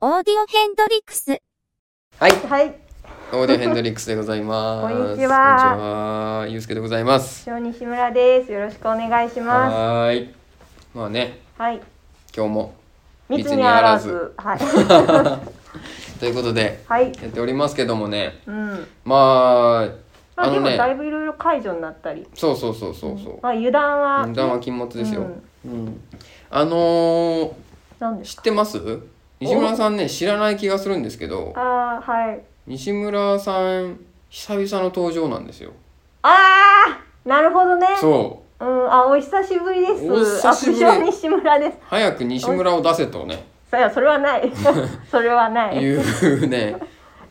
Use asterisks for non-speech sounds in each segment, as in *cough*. ヘンドリックス。はい、はい、オーディオヘンドリックスでございます。こんこんにちはにちはゆうすけでございます。小西村です。よろしくお願いしまはーい。まあね、す。はい、今日も *laughs* 密にあらず。はい、ということで *laughs* はい、やっておりますけどもね、うん。まああまあ、でのもね、だいぶいろいろ解除になったり。そうそうそうそうそう。まあ、油断は。油断は禁物ですよ。うん、あのーなんです知ってます？西村さんね知らない気がするんですけど、ああ、はい。西村さん久々の登場なんですよ。ああ、なるほどね。そう。うん、あ、お久しぶりです。お久しぶりあ不詳西村です。早く西村を出せとねさや、それは *laughs* ない。それはない。いいう *laughs* ね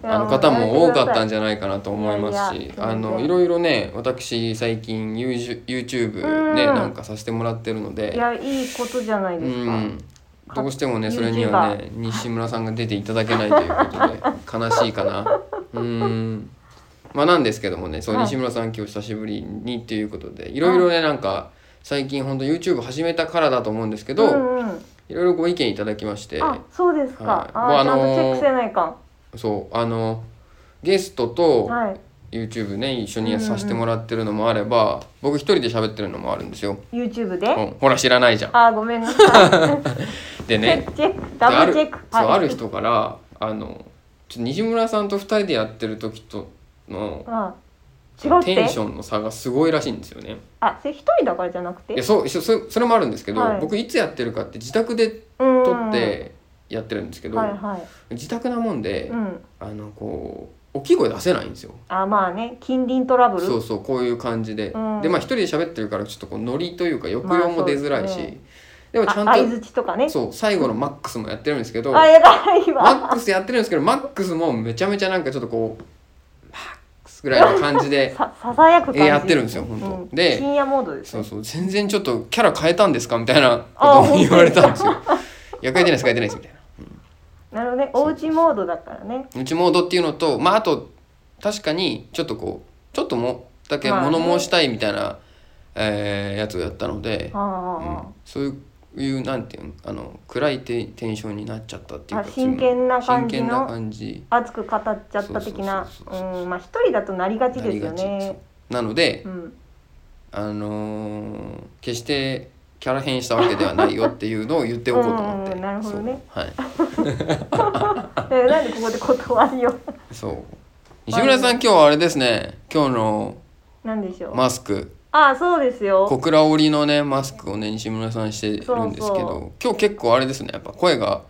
やあの方も多かったんやじゃないかなと思いますいやしいやあのいろいろね私最近 YouTube YouTube ねなんかさせてもらってるのめてくでださい。いや、いいことじゃないでうすか。んどうしてもねかそれにはね西村さんが出ていただけないということ *laughs* で悲しいかなうんまあなんですけどもねそうはい西村さん今日久しぶりにということでいろいろねなんか最近本当 YouTube 始めたからだと思うんですけうどんうん、いろいろご意見いただきましてあ、そうですか。はいあー、もうあちゃんのとーチェックせないかそうあのゲストとん。はい。 YouTube ね一緒にさせてもらってるのもあれば、僕一人で喋ってるのもあるんですよ、 YouTube で。うん、ほら知らないじゃんあー、ごめんなさい。でねチェックでダあブるルチェックそうはいある人からあのちょっと西村さんと二人でやってる時とのあ違うってテンションの差がすごいらしいんですよねあそれ一人だからじゃなくていやそうそそそれもあるんですけど、はい僕いつやってるかって自宅でうん撮ってやってるんですけど、はいはい自宅なもんで、うんあのこう大きい声出せないんですよあまあね近隣トラブルそうそうこういう感じで、うんでまあ一人で喋ってるからちょっとこうノリというか抑揚も出づらいし、まあそうですでねもちゃあん相とづちとかねそう最後のマックスもやってるんですけどあマ偉いわックスやってるんですけどマックスもめちゃめちゃなんかちょっとこうマックスぐらいの感じ *laughs* でさささやく感じえやってるんですよ本当うんで深夜モードですそねうそう全然ちょっとキャラ変えたんですかみたいなあことを言われたんですよ。いや変えてないです変えてないですみたいなるほどねおうちモードだからねな。うちモードっていうのとまああと確かにちょっとこうちょっともだけまあね物申したいみたいな、えーやつをやったので。あそういういうなんていうのあの暗いテテンションになっちゃったっていうあか真剣な感じ真剣のな感じあ熱く語っちゃった的なそうそうそうそううんまあ一人だとなりがちになでりすがよちねなので、うんあのー決してキャラ変したわけではないよっていうのを言っておこうと思ってうんうんなるほどねそう *laughs* はいえなんでここで断 *laughs* りをそう西村さん今日はあれですね今日のなんでしょうマスクあそうですよ小倉織のねマスクをね西村さんしてるんですけどそうそ今日結構あれですねやっぱ声が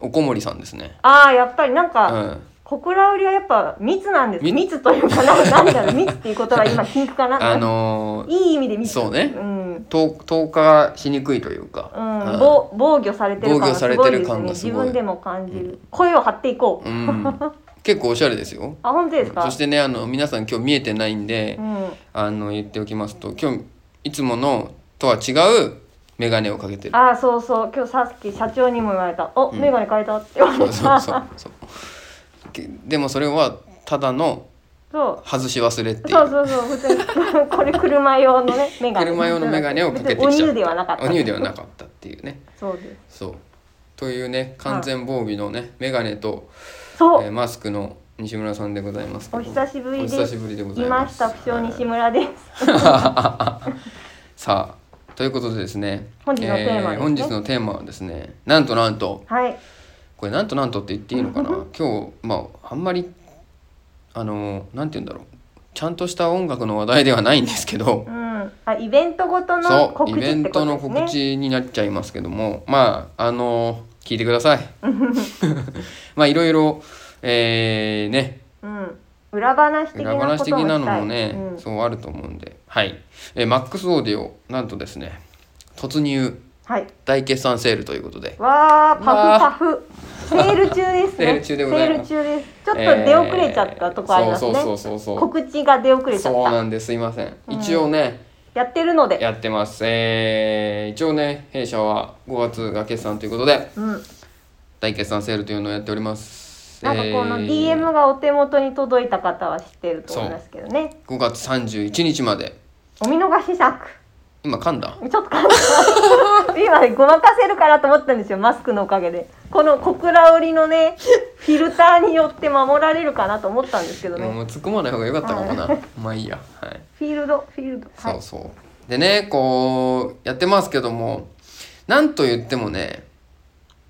おこもりさんですねああやっぱりなんかうん小倉織はやっぱ密なんです密密というかな何だろう密っていうことは今ピンクかな *laughs* あのーいい意味で密そうねうん、うん、投投下しにくいというか、はい防防御されてる感防御がすごいされてでるす感ねがすごい自分でも感じる、声を張っていこう、うん、結構おしゃれです *laughs* よ。あ本当ですかそしてねあの皆さん今日見えてないんで、うん、あの言っておきますと今日いつものとは違う眼鏡をかけてる。ああそうそう今日さっき社長にも言われた「お、眼鏡変えた」って言わ *laughs* れそたうそうそうそうけでもそれはただのそう外し忘れっていそうう。そうそう普通 *laughs* にこれ車用のね眼鏡車用の眼鏡をかけてき別ちにゃお乳ではなかっ。ったたお乳ではなかったっていうね。そうですそう。というね完全防備のね眼鏡と、そう、えーマスクの西村さんでございますけおど。久しぶりおです久しぶりでございいま。ますした不詳西村ですさあということでですね本日のテーマですねえ本日のテーマはですねなんとなんとはいこれなんとなんとって言っていいのかな *laughs* 今日まああんまりあのなんて言うんだろうちゃんとした音楽の話題ではないんですけ *laughs* どう、ん、あイベントごとのそ告うイ知っベてンことトのですね。告知になっちゃいますけどもまああの聞いてくださ *laughs* い *laughs* まあいろいろえー、ねうん、裏話的裏なことも話したい。的なのもね、うん、そうあると思うんではい、えー、マックスオーディオなんとですね突入はい。大決算セールということでわあわーパフパフ。セール中で *laughs* すね。セール中でございますセール中です。ちょっと出遅れちゃったとこありますね。えーそうそうそうそう告知が出遅れちゃそうっなんですすいません、一応ねた。やってるので。やってますえー、一応ね弊社は5月が決算ということでうん。大決算セールというのをやっておりますなんかこのえー DM がお手元に届いた方は知ってると思いますけどね。 5月31日までお見逃し作。今噛んだちょっと考えた今ねごまかせるかなと思ったんですよマスクのおかげでこの小倉売りのねフィルターによって守られるかなと思ったんですけどね、もう突っ込まない方が良かったかもな、まあいいやはいフィールドフィールドはそいうそう、でねこうやってますけどもなんと言ってもね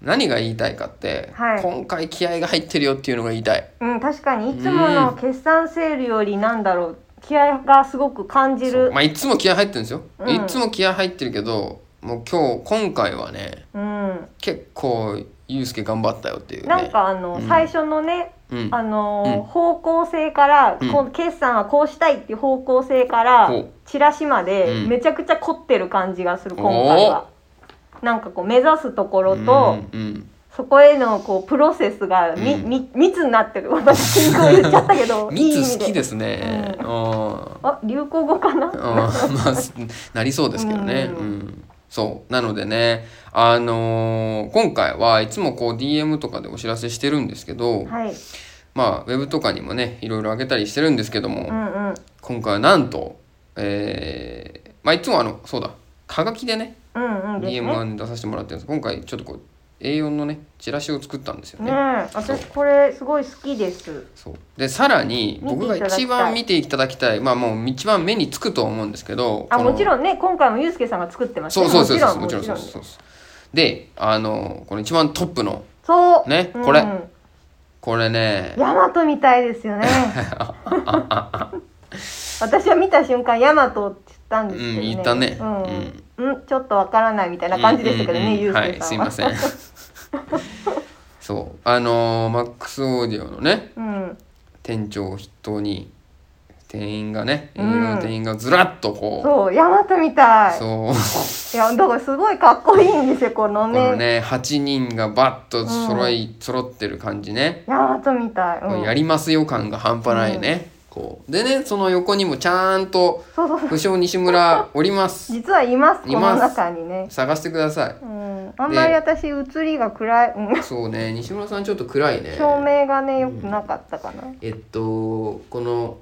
何が言いたいかって、はい今回気合が入ってるよっていうのが言いたいうん確かにいつもの決算セールよりなんだろう気合がすごく感じそうるまあいつも気合入ってるんですよ、うんいつも気合入ってるけどもう今日今回はねうん結構ゆうすけ頑張ったよっていうねなんかあの、うん最初のねうんあのーうん方向性から、うんこう決算はこうしたいっていう方向性から、ほうチラシまでうんめちゃくちゃ凝ってる感じがする、今回は。なんかこう目指すところと、うんうんそこへのこうプロセスがみ、うんみ密になってる私均衡言っちゃった *laughs* けどいい意蜜味好きでですねううんあ流行語かな、うんまあすなりそうですけどね。ううんんそうなのでね、あのー今回はいつもこう DM とかでお知らせしてるんですけど、はいまあウェブとかにもねいろいろあげたりしてるんですけども、うんうん今回はなんと、えーまあいつもあのそうだはがきでねうんうんです DM ねは出させてもらってるんです今回ちょっとこう A4 のねチラシを作ったんですよねね。え私これすごい好きですそうでさらに僕が一番見見ていただきたいまあもう一番目につくと思うんですけどあこのもちろんね今回もゆうすけさんが作ってましたそうねそうそうそうももちちろろんんもちそろうんそうそうであのこの一番トップのそうねこれうんこれねヤマトみたいです *laughs* よね。私は見た瞬間ヤマトって言ったんですけどね。うん言ったねうん、うん、ちょっとわからないみたいな感じでしたけどうんうんね、うんゆうすはけいさすんいは。ませんそうあのマックスオーディオのねうん、店長を筆頭に店員がね営う業んの店員がずらっとこそうヤマトみたうい。そういやだからすごいかっこいいんですよこのこのね。ね8人がバッと揃い揃ってる感じねヤマトみたい。うん、やりますよ感が半端ないねこうでねその横にもちゃんとそうそうそう。不詳西村おります実はいますいこのます中にね。探してくださいうん、あんまりで私映りが暗い、うん、そうね西村さんちょっと暗いね照明がね良くなかったかな。えっとこの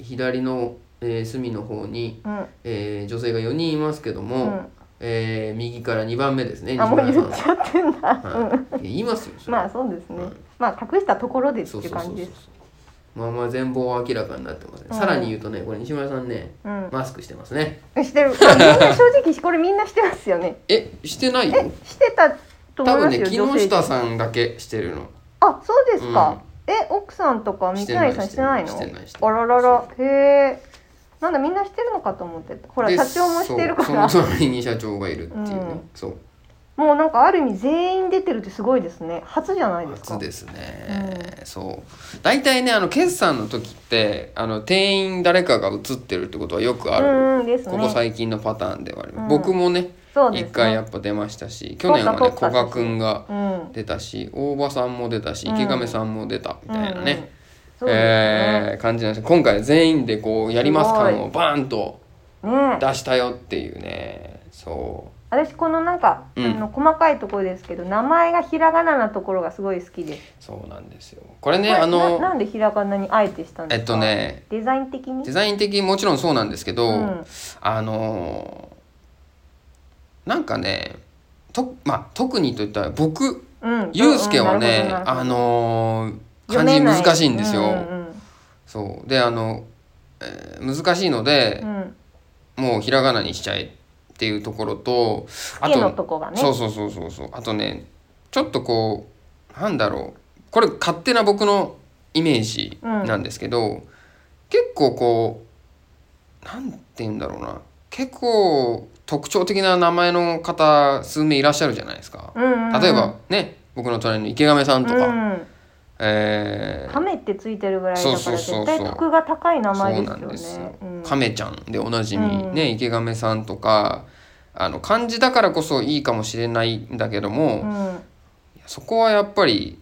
左の、えー隅の方に、うん、えー女性が4人いますけども、うん、えー右から2番目ですねあもう西言っ村ちさゃってんだ。ん、はい、いや言いますよそれまあそうですね、うんまあ隠したところでってそいうそううそうそ感うじそうですまあまあ全貌は明らかになってますね、うんさらに言うとねこれ西村さんねうん、マスクしてますね *laughs* してるみんな正直これみんなしてますよねえしてないよしてたと多思分いますねよ、木女性下さんだけしてるのあそうですか、え奥さんとか三成さんしてないのしてないしてないあらららへえなんだみんなしてるのかと思ってたほらで社長もしてるかそうらその隣に社長がいるっていうね、うんそうもうなんかある意味全員出てるってすごいですね初じゃないですか初ですね、そう大体ねあの決算の時ってあの店員誰かが映ってるってことはよくあうる、んうんですねここ最近のパターンではあります、うん僕もねそうです一ね回やっぱ出ましたし去年はね撮っ古た撮った賀くんがうん出たし大場さんも出たしうん池上さんも出たみたいなね、うんうんそうですね、えー感じなんです今回全員でこうやりますす感ごをバーンとねえ出したよっていうねそ私このなんか、うんあの細かいところですけど名前がひらがななところがすごい好きですうそうなんですよこれねこれあのななんでひらがなにあえてしたんでえすかっとねデザイン的にデザイン的にもちろんそうなんですけど、うんあのーなんかねと、まあ、特にといったら僕うんユうスケはね、あのー漢字難しいんですよ。そうであの、えー難しいので、もうひらがなにしちゃえっていうところとああとのととこがねそうそうそうそうそうあとねちょっとこうなんだろうこれ勝手な僕のイメージなんですけど、結構こうなんて言うんだろうな結構特徴的な名前の方数名いらっしゃるじゃないですか、うんうんうん例えばね僕の隣の池上さんとか、うんえー亀ってついてるぐらいだからそうそうそうそう絶対得が高い名前そうなですよんですねようん。亀ちゃんでおなじみ、うんね池上さんとかあの漢字だからこそいいかもしれないんだけども、うんそこはやっぱり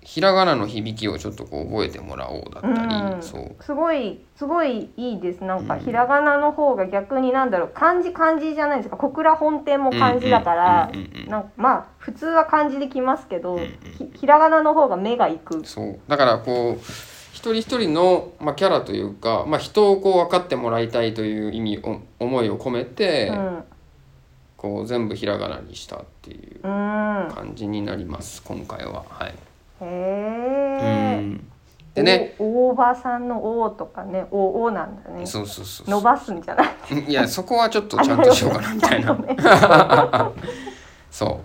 ひらがなの響きをちょっとこう覚えてもらおうだったり、うんそうすごいすごいいいですなんかうんひらがなの方が逆になんだろう漢字漢字じゃないですか小倉本店も漢字だからうんうんうんうんなんかまあ普通は漢字できますけどんうんひひらがなの方が目がいくそうだからこう一人一人の、まあ、キャラというか、まあ、人をこう分かってもらいたいという意味を思いを込めて、うんこう全部ひらがなにしたっていううん感じになります今回ははい、へうえんでねお大場さんの「お」とかね「お」「お」なんだねそうそうそうそう伸ばすんじゃないいやそこはちょっとちゃんとしようかなみたい *laughs* ちゃなんとね *laughs* そ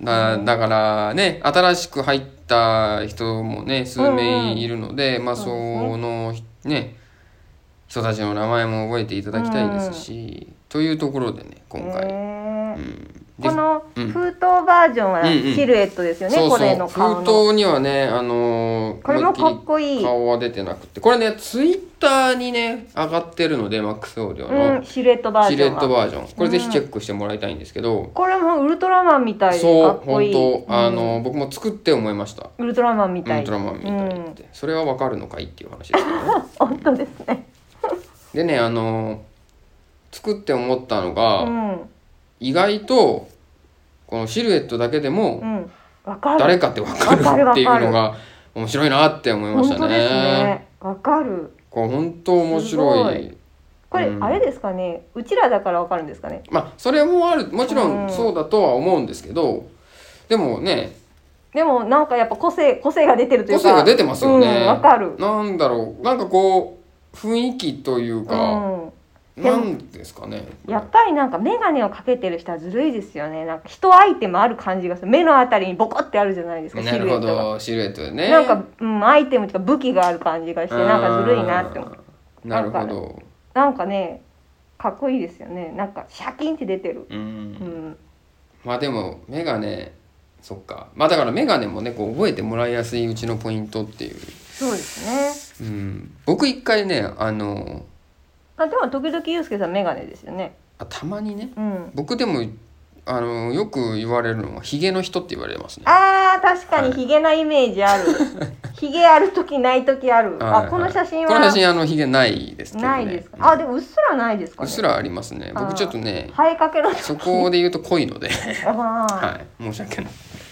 うだだからね新しく入った人もね数名いるので、まあそそうですのね人たちの名前も覚えていただきたいですし、というところでね今へ回、 *laughs* えうん、でこのうん封筒バージョンはうんうんシルエットですよね、そうこれそうの顔封の筒にはねあのーこれもかっこ思いっきりい、顔は出てなくてこれねツイッターにね上がってるのでマックスオーディオうのん、シルエットバーシジルエョンットはバージョンこれぜひチェックしてもらいたいんですけど、これもウルトラマンみたいでかそうっこいい本当あうんの、僕も作って思いましたウルトラマンみウたいルトラマンみたいうんって、それはわかるのかいっていう話ですけど *laughs* ね本当ですねでねあの作って思ったのが、うん意外とこのシルエットだけでうもんわかる誰かってわかるわかるわかるっていうのが面白いなって思いまし本た当ですねねわかるこれ本当面白いすこれ、うんあれですかねうちらだからわかるんですかねまあそれもあるもちろうんんそうだとは思うんですけどでもねでもなんかやっぱ個性個性が出てるとい個うか性が出てますようねんわかるなんだろうなんかこう雰囲気というか、うんでなもんですかね。やっぱりなんか眼鏡をかけてる人はずるいですよねなんか人アイテムある感じがする目のあたりにボコってあるじゃないですかシなるルエほットがど、シルエットでね。なんか、うん、アイテムとか武器がある感じがしてなんかずるいなって思ううんなるほど。なんかねかっこいいですよねなんかシャキンって出てるう。うんんまあでも、メガネ、そっか。まあだからメガネもね、こう覚えてもらいやすいうちのポイントっていう。そうですねうん。僕一回ね、あの、あでも時々ユうスケさん眼鏡ですよねあたまにね、うん僕でも、あの、よく言われるのは、ヒゲの人って言われますね。あー確かにヒゲなイメージ *laughs* ある、ヒゲある時ない時あはる、いはあいこの写真この写は真、あの、ヒゲないですけどね。ないですか、うんあでもうっすらないですかうっねすらありますね。あ僕ーちょっとね、生えかけの時そこで言うと濃いので、あー、はい。申し訳ない。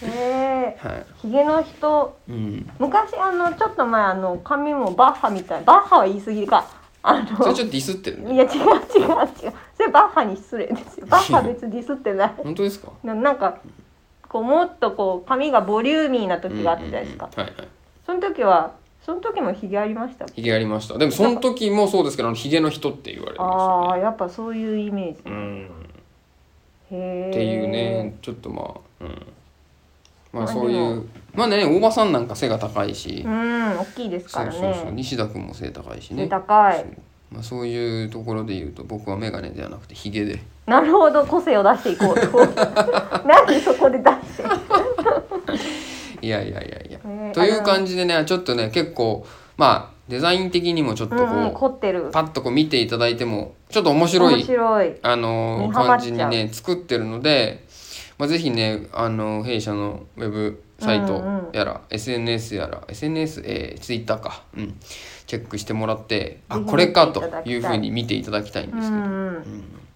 へえはい。ひげの人うん、昔あのちょっと前あの髪もバッハみたいバッハは言い過ぎかあ *laughs* それのちょっとディスってるいねや違う違う違うそれバッハに失礼ですよバッハ別にディスってない本当ですかななんかこうもっとこう髪がボリューミーな時があったじゃないですか、うんうんうんはいはいその時はその時もひげありましたひげありましたでもその時もそうですけどあのひげの人って言われあまあやっぱそういうイメージ、したねうんへえっていうねちょっとまあうんままああそうでいもうまあね大場さんなんか背が高いしうん大きいですそかうらそうそうね西田君も背高いし背ね高いまあそういうところで言うと僕は眼鏡ではなくてひげでなるほど個性を出していこうと *laughs* なんでそこで出していやいやいやいやねという感じでねちょっとね結構まあデザイン的にもちょっとうんうん、こ凝ってるうパッとこう見ていただいてもちょっと面白い面白いあのにハマ感っちじゃうにね作ってるので、まあ、ぜひねあの弊社のウェブサイトうんうんやら、SNS やら SNS、えー、Twitter か、うん、チェックしてもらってあぜひ見てこれかといただきたいいうふうに見ていただきたいんうですけど、んううんん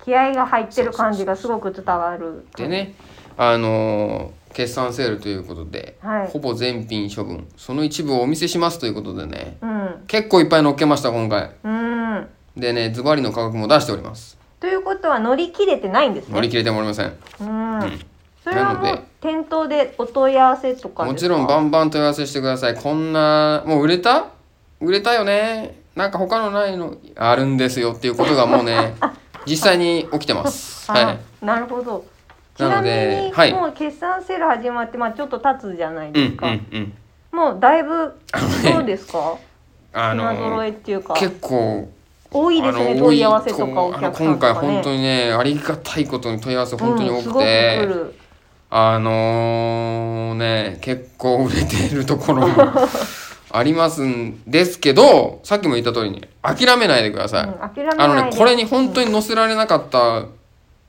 気合が入ってる感じがすごく伝わるでねあのー決算セールということで、はいほぼ全品処分その一部をお見せしますということでねうん結構いっぱい載っけました今回うんでねズバリの価格も出しておりますということは乗り切れてないんですね乗り切れてもおりませんうん、うんそれはなものうで店頭でお問い合わせとかもですちかろんバンバン問い合わせしてくださいこんなもう売れた売れたよねなんか他のないのあるんですよっていうことがもう *laughs* ね実際に起きてますはあなるほどちななのみでに、はいもう決算セール始まって、まあ、ちょっと経つじゃないいうんうですか、んうんもうだいぶねどうですかあ品揃のえっていうか結構多いですあねの問い合わせと多いかおあの客さん今と回かね本当にねありがたいことに問い合わせ本当に多うん、すくごくて、来るあのーね結構売れてるとこ *laughs* ろもありますんですけどさっきも言った通りに諦めないでください、うん、諦めないであのねこれに本当に載せられなかった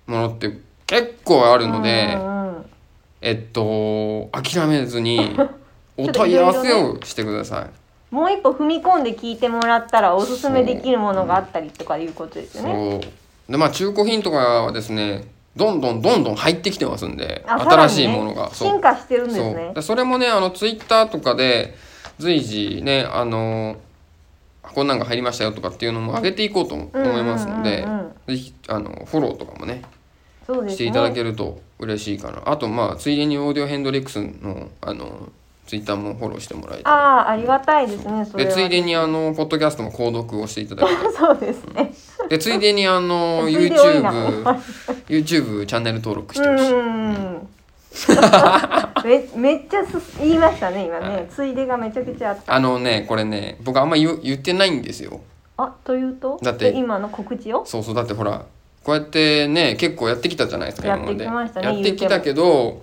ものって結構あるので、うんうんうんえっと諦めず *laughs* におっと問いい合ろいろねわせをしてください。もう一歩踏み込んで聞いてもらったらおすすめできるものがあったりとかいうことですよね。そうでまあ中古品とかはですねどんどんどんどん入ってきてますんであさら新にねしいものが。そう進化してるんですそうね。でそれもねあのツイッターとかで随時ねあのあこんなんが入りましたよとかっていうのも上げていこうと思うんうんうんうん思いますので、ぜひあのフォローとかもねそうですねしていただけると嬉しいかな、あとまあついでにオーディオヘンドリックスのあのツイッターもフォローしてもらえたらああありがたいですねそれではついでにあのポッドキャストも購読をしていただき *laughs* そうですねたいでついでにあのついで多いな YouTube *laughs* YouTube チャンネル登録しうてほしい、んめ *laughs* めっちゃす言いましたね今ね、はいついでがめちゃくちゃあったあのねこれね僕あんま言う言ってないんですよあというとだってえ今の告知をそうそうだってほらこうやってね結構やってきたじゃないですかやってきましたねやってきたけど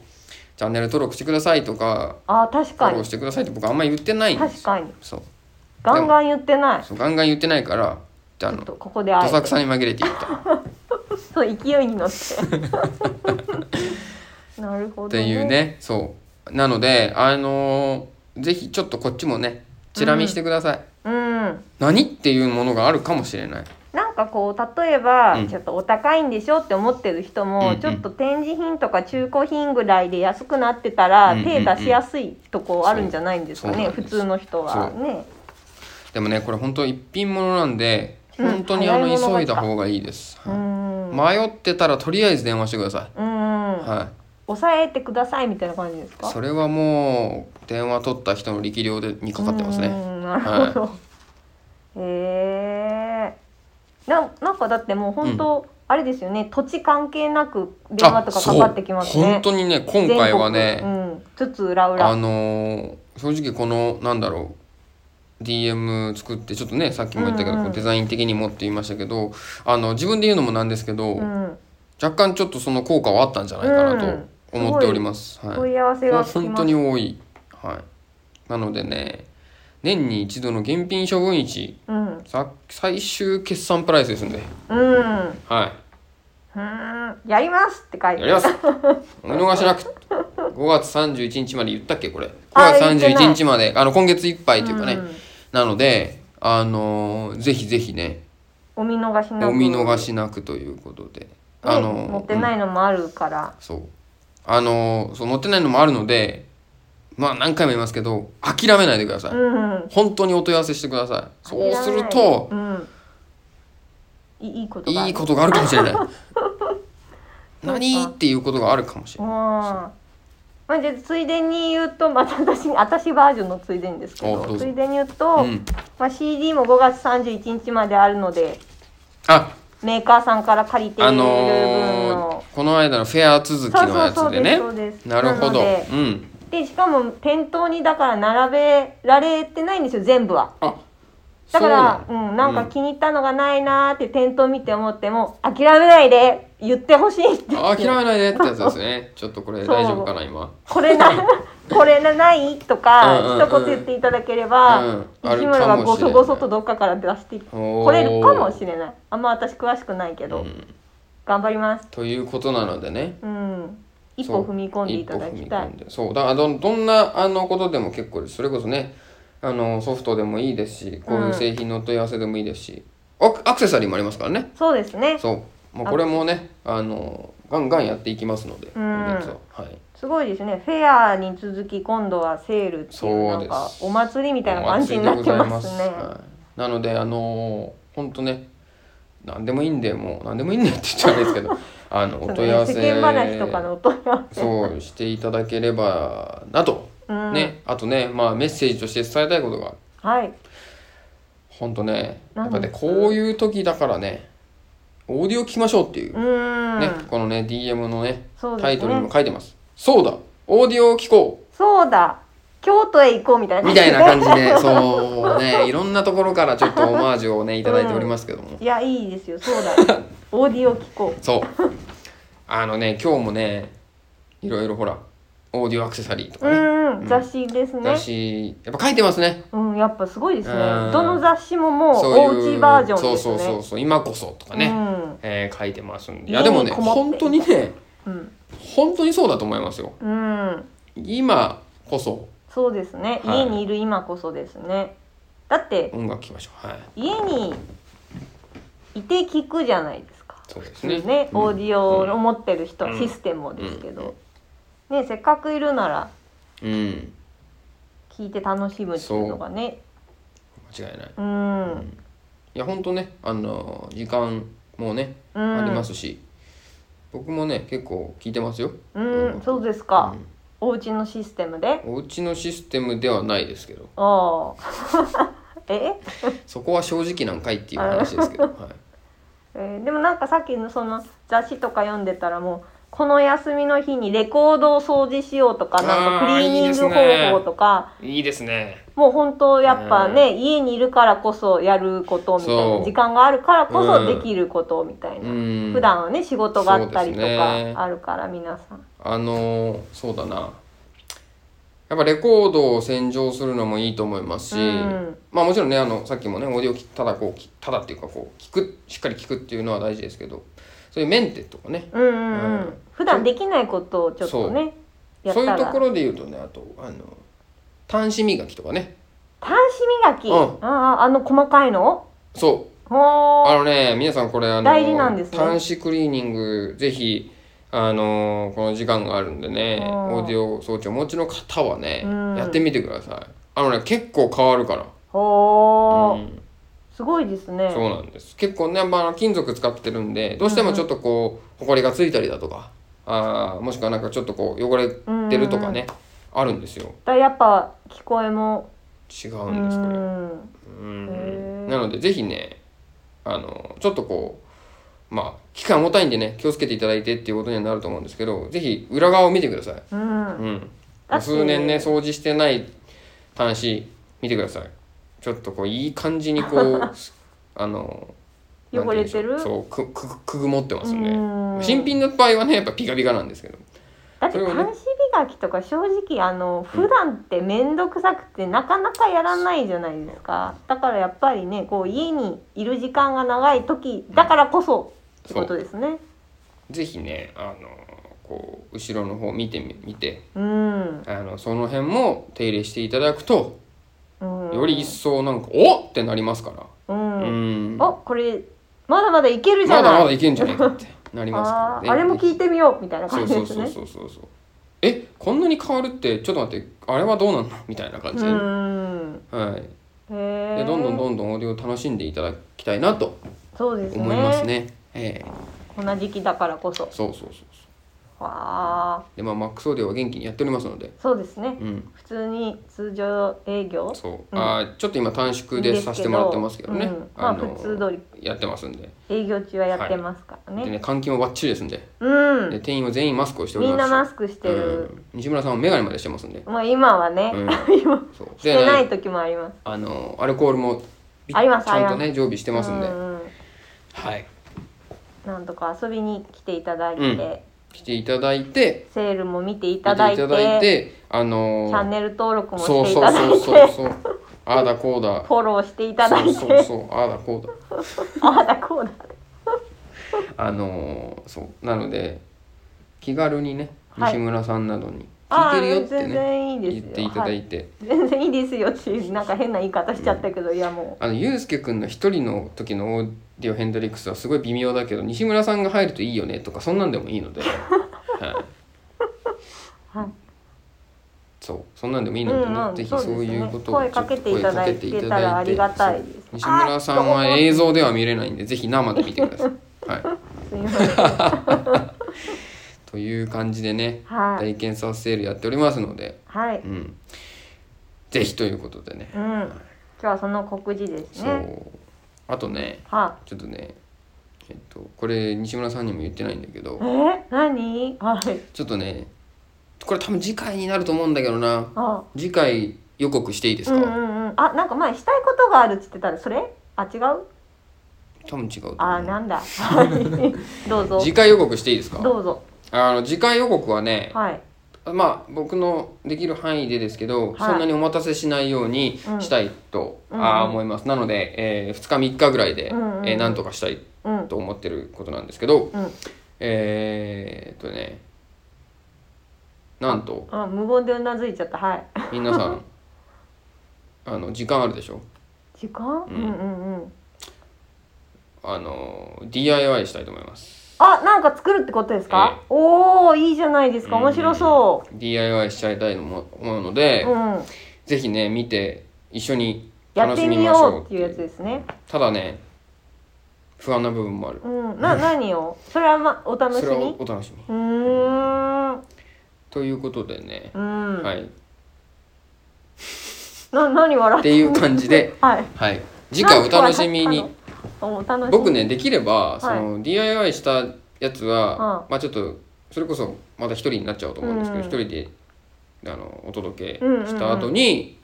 チャンネル登録してくださいとかあ確フォかローにしてくださいって僕あんま言ってないんで確すかにそうガンガン言ってないそうガンガン言ってないからじちゃあょあっのとここでど会えさてくちょさに紛れて言ったっっと勢いに乗っ *laughs* てなるほど、ていうねそうなのであのーぜひちょっとこっちもねチラ見してください、うん何っていうものがあるかもしれないなんかこう例えば、うんちょっとお高いんでしょって思ってる人も、うんうんちょっと展示品とか中古品ぐらいで安くなってたら、うんうんうん手出しやすいとこあるんじゃないんですかそうねそうなん普です通の人はそねでもねこれ本当一品物なんでうん本当にあの早い者勝急いちかだ方がいいです、うはいん、迷ってたらとりあえず電話してくださうん、い、はい抑えてくださいみたいな感じですかそれはもう電話取った人の力量でにかかってますうねんなるほど。へ、えななんかだってもう本当、あれですよね土地関係なく電話とかかかってきますあそうね本。当にね今回はね、全国うん、つつ裏あ裏。のー正直このなんだろう DM 作ってちょっとねさっきも言ったけど、うんうんこうデザイン的にもって言いましたけどあの自分で言うのもなんですけど、うん、若干ちょっとその効果はあったんじゃないかなと思っております、は問いい合わこせれはが来本ま当す。に多い、はい、なのでね年に一度の現品処分市うん、さ最終決算プライスですんでうん、うはいーん、やりますって書やいて *laughs* りますお見逃しなく5月31日まで言ったっけこれ5あ月言ってない31日まであの今月いっぱいというかね、んなのであのーぜひぜひねお見逃しなく。お見逃しなくということで、あのねー持ってなういんのもあるから。そうあのーそう持ってないのもあるのでまあ何回も言いますけど諦めないでください、うん。本当にお問い合わせしてくださいそうするとうん、いいいことがあるいいことがあるかもし *laughs* れないそうか何っていうことがあるかもしれないあまあ、じゃあついでに言うとまた私私バージョンのついでにですけあどうどぞついでに言うと、うん、まあ、CD も5月31日まであるのであメーカーさんから借りているあ分のの、ーこの間のフェア続きのやつでねそうそうそうですそうですなるほどなのでうんでしかも店頭にだから並べられてないんですよ全部は。あだから、そううなんなんか気に入ったのがないなーって店頭見て思っても諦めないで言ってほしいってあ諦めないでってやつですねちょっとこれそう大丈夫かな今これなこれなないとうんかうんうん一言言っていただければ、うんあ生るきかもしれ物ないがごそごそとどっかから出しておーこれるかもしれないあんま私詳しくないけうど、ん頑張りますということなのでねうん一そう歩踏み込んでいただき一歩た踏み込いんでそうだからどどんなあのことでも結構ですそれこそねあのソフトでもいいですしこういう製品のお問い合わせでもいいですし、アクアクセサリーもありますからねそうですねそうもうこれもねあのガンガンやっていきますので、うん今月ははいすごいですねフェアに続き今度はセールっていうそうなでんすかお祭りみたいな感じになってますねはいなのであのー、ほんとね何でもいいんでもう何でもいいんでって言っちゃうんですけ *laughs* どあのおそ問い合わのせ世間話とかのお問い合わせそうしていただければなと、うんねあとねまあメッセージとして伝えたいことがはいほんとねやっぱ何ねですこういう時だからねオーディオ聞きましょうっていうう、ん、ねこのね DM のねそうですねタイトルにも書いてますそうだオーディオを聞こうそうだ京都へ行こうみたいなみたいな感じで、そうね、いろんなところからちょっとオマージュをね、いただいておりますけども。いやいいですよそう *laughs* だオーディオ聞こそう。あのね、今日もね、いろいろほら、オーディオアクセサリーとううかね、ん、ううんん、雑誌ですね雑誌、やっぱ書いてますね。うんやっぱすごいですねうんどの雑誌ももうそうおいううちバージョンですねそうそうそうそう、今こそとかね、うんえー書いてますんで。い家や、にでもね、こもって本当にね、うん、本当にそうだと思いますよ。うん、今こそそうですね、はい家にいる今こそですねだって音楽聴きましょう。はい。家にいて聞くじゃないですかそうですね。ねね、うんオーディオを持ってる人、うんシステムをですけど、ねせっかくいるならうん。聞いて楽しむっていうのがね間違いない。うん、いや、本当ね、あの、時間もね、うん、ありますし、僕もね結構聞いてますよ、うん、うんそうですうか、ん、お家のシステムでお家のシステムではないですけどああ *laughs* えそこは正直なんかいっていう話ですけ *laughs* ど、はい、えーでもなんかさっきのその雑誌とか読んでたらもうこの休みの日にレコードを掃除しようとかなんかクあーリーニングいいですね方法とかいいですね。もう本当やっぱね、家にいるからこそやることみたいそうな時間があるからこうそんできることみたいな、うん。普段はね仕事があったりとそうですねかあるから皆さんあのーそうだな。やっぱレコードを洗浄するのもいいと思いますし、うんまあもちろんね、あの、さっきもね、オーディオきただこうき、ただっていうかこう、聞く、しっかり聞くっていうのは大事ですけど、そういうメンテとかね、うんうんうん、うん普段できないことをちょっとねやっそういたうとこらろで言うとね、あと、あの、端子磨きとかね、端子磨き、うんあああの細かいのそう、ほあーのね、皆さんこれ、あの、大事なんですね端子クリーニング、ぜひ、あのーこの時間があるんでね、うんオーディオ装置をお持ちの方はね、うんやってみてください。あのね、結構変わるから。ほうー、ん、すごいですねそうなんです。結構ね、まあ、金属使ってるんで、どうしてもちょっとこう、埃がついたりだとか、あーもしくはなんかちょっとこう、汚れてるとかね、あるんですよ。だやっぱ聞こえも違ううんです、これ。んうんへーなので、ぜひね、あの、ちょっとこう、まあ、期間重たいんでね、気をつけていただいてっていうことにはなると思うんですけど、ぜひ裏側を見てください。ううんん。だって数年ね、掃除してない端子、見てください。ちょっとこう、いい感じにこ *laughs* う、あの、なん汚いうんれでしょてうるそう、く、く、くぐもってますんで。うん新品の場合はね、やっぱピカピカなんですけど。だってそれをね監視磨きとか正直あの普段って面倒くさくてなかなかやらないじゃないですかだからやっぱりねこう家にいる時間が長い時だからこそってことですねぜひね、あの、こう、後ろの方見てみ、見て、うん、あの、その辺も手入れしていただくと、うん、より一層なんか「おっ!」ってなりますからうん、うんまおこれまだまだいけるじだゃないまだいけんじゃ *laughs* ないかってなりますかあらーあれも聞いいてみようみたいなそ感うじそでうすそうそねうそうそうえこんなに変わるってちょっと待ってあれはどうなんのみたいな感じで、うんはいへでえどんどんどんどんオーディオを楽しんでいただきたいなとそうですね思いますねええこんな時期だからこそそうそうそうそうわあでまあマックスオーディオは元気にやっておりますのでそうですねうん普通に通常営業そう、うんあーちょっと今短縮でさせてもらってますけどね、うんまあの普通通りやってますんで営業中はやってますからね、でね換気もバッチリですんで,、うでん店員は全員マスクをしておりみますんなマスクしてる、うん、西村さんは眼鏡までしてますんで、もう今はね、うん *laughs* 今そうししてない時もありますあのアルコールもびありますちゃんあとりまね常備してますんで、うんうんはいなんとか遊びに来ていただいて、うん来ていただいてセールも見てい来ただいてていただいてあのチーャンネル登録もそしうていそたうだいそてうそうそう *laughs* ああだこうだフォローしていただいてそうそうそうああだこうああだこうだだあのーそうなので気軽にねはい西村さんなどに聞あいてあるよって全ね、然いいです言よっていただいて、はい全然いいですよっていうなんか変な言い方しちゃったけど、いやもあのゆうすけくんの一人の時のオーディオヘンドリックスはすごい微妙だけど西村さんが入るといいよねとかそんなんでもいい *laughs* ので、ははいい、そうそんなんでもいいのでね、うんうんぜひそうですねそういうことを声かけていただいてちょっと声かけていたらありがたいですそう西村さんは映像では見れないんでぜひ生で見てください。は、うすいませんはいという感じでねい大検査セールやっておりますので、、はいうん、ぜひということでね。うん、今日はその告示ですそねうあとねはちょっとねえっとこれ西村さんにも言ってないんだけどい、え何はいちょっとねこれ多分次回になると思うんだけどなあ次回予告していいですうか、んうんうんあなんか前したいことがあるっつってたらそれあ違う多分違うと思うあな *laughs* んだはいどうぞ次回予告していいですかどうぞあの次回予告はね、はいまあ僕のできる範囲でですけど、はいそんなにお待たせしないようにしたいと、うんあーうん思いますなので、え2日3日ぐらいで、うんうんえーなんとかしたいうんと思ってることなんですけど、うんえーっとねなんとあ無言でうなずいちゃったはい皆さんあの時間あるでしょ時間、うん、うんうんあの DIY したいと思いますあなんか作るってことですか、おおいいじゃないですか面白そうん DIY しちゃいたいと思うので、ううん、ぜひね見て一緒にや楽っしてみみましょうようっていうやつですねただね不安な部分もあるうん、な何をそれは、ま、お楽しそれはみお楽しみうーんということでね、うん、はいっな何笑ってていう感じで *laughs* はいはい次回お楽しみになんかあのお楽しみ僕ねできればいその DIY したやつは、うんまあちょっとそれこそまた一人になっちゃうと思うんですけどうん一、人であのお届けうんうんうんした後に、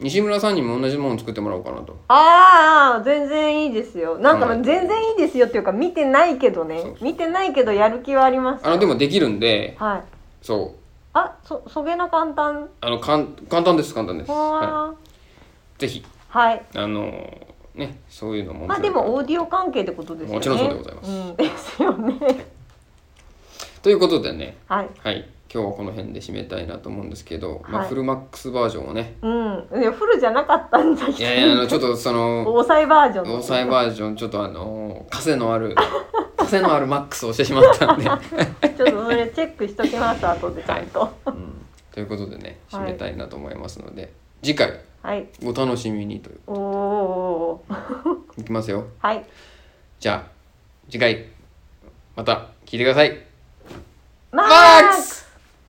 西村さんにも同じものを作ってもらおうかなとあーあー全然いいですよなんかはい全然いいですよっていうか見てないけどねそうそう見てないけどやる気はありますよあのでもできるんではいそうあそそげな簡単あのかん簡単です簡単です、は、はいぜひはい、はい、あのねそういうのも面まあ白いでもオーディオ関係ってことですよねもちろんそうでございますうん、ですよね *laughs* ということでねはいはい今日はこの辺で締めたいなと思うんですけど、まあはいフルマックスバージョンをねうんいやフルじゃなかったんだけどいやいやあのちょっとそ *laughs* の大歳バージョン防災バージョンちょっとあのー枷のある枷のあるマックスをしてしまった *laughs* んで、ちょっとそれチェックしときます後でちゃんとうんということでねはい締めたいなと思いますので、次回はいお楽しみにというおーおーおーいきますよはいじゃあ次回また聞いてくださいママックス